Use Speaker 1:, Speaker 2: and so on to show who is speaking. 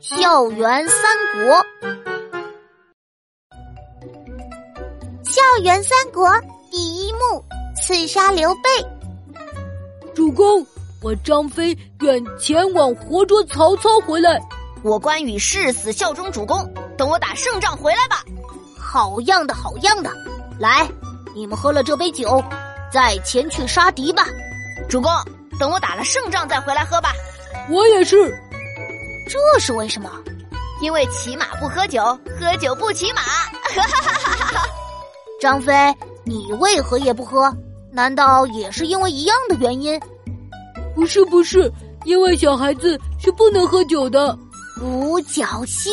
Speaker 1: 校园三国，
Speaker 2: 校园三国第一幕：刺杀刘备。
Speaker 3: 主公，我张飞愿前往活捉曹操回来。
Speaker 4: 我关羽誓死效忠主公，等我打胜仗回来吧。
Speaker 1: 好样的，好样的！来，你们喝了这杯酒，再前去杀敌吧。
Speaker 4: 主公，等我打了胜仗再回来喝吧。
Speaker 3: 我也是。
Speaker 1: 这是为什么？
Speaker 4: 因为骑马不喝酒，喝酒不骑马。
Speaker 1: 张飞，你为何也不喝？难道也是因为一样的原因？
Speaker 3: 不是不是，因为小孩子是不能喝酒的。
Speaker 1: 五角星。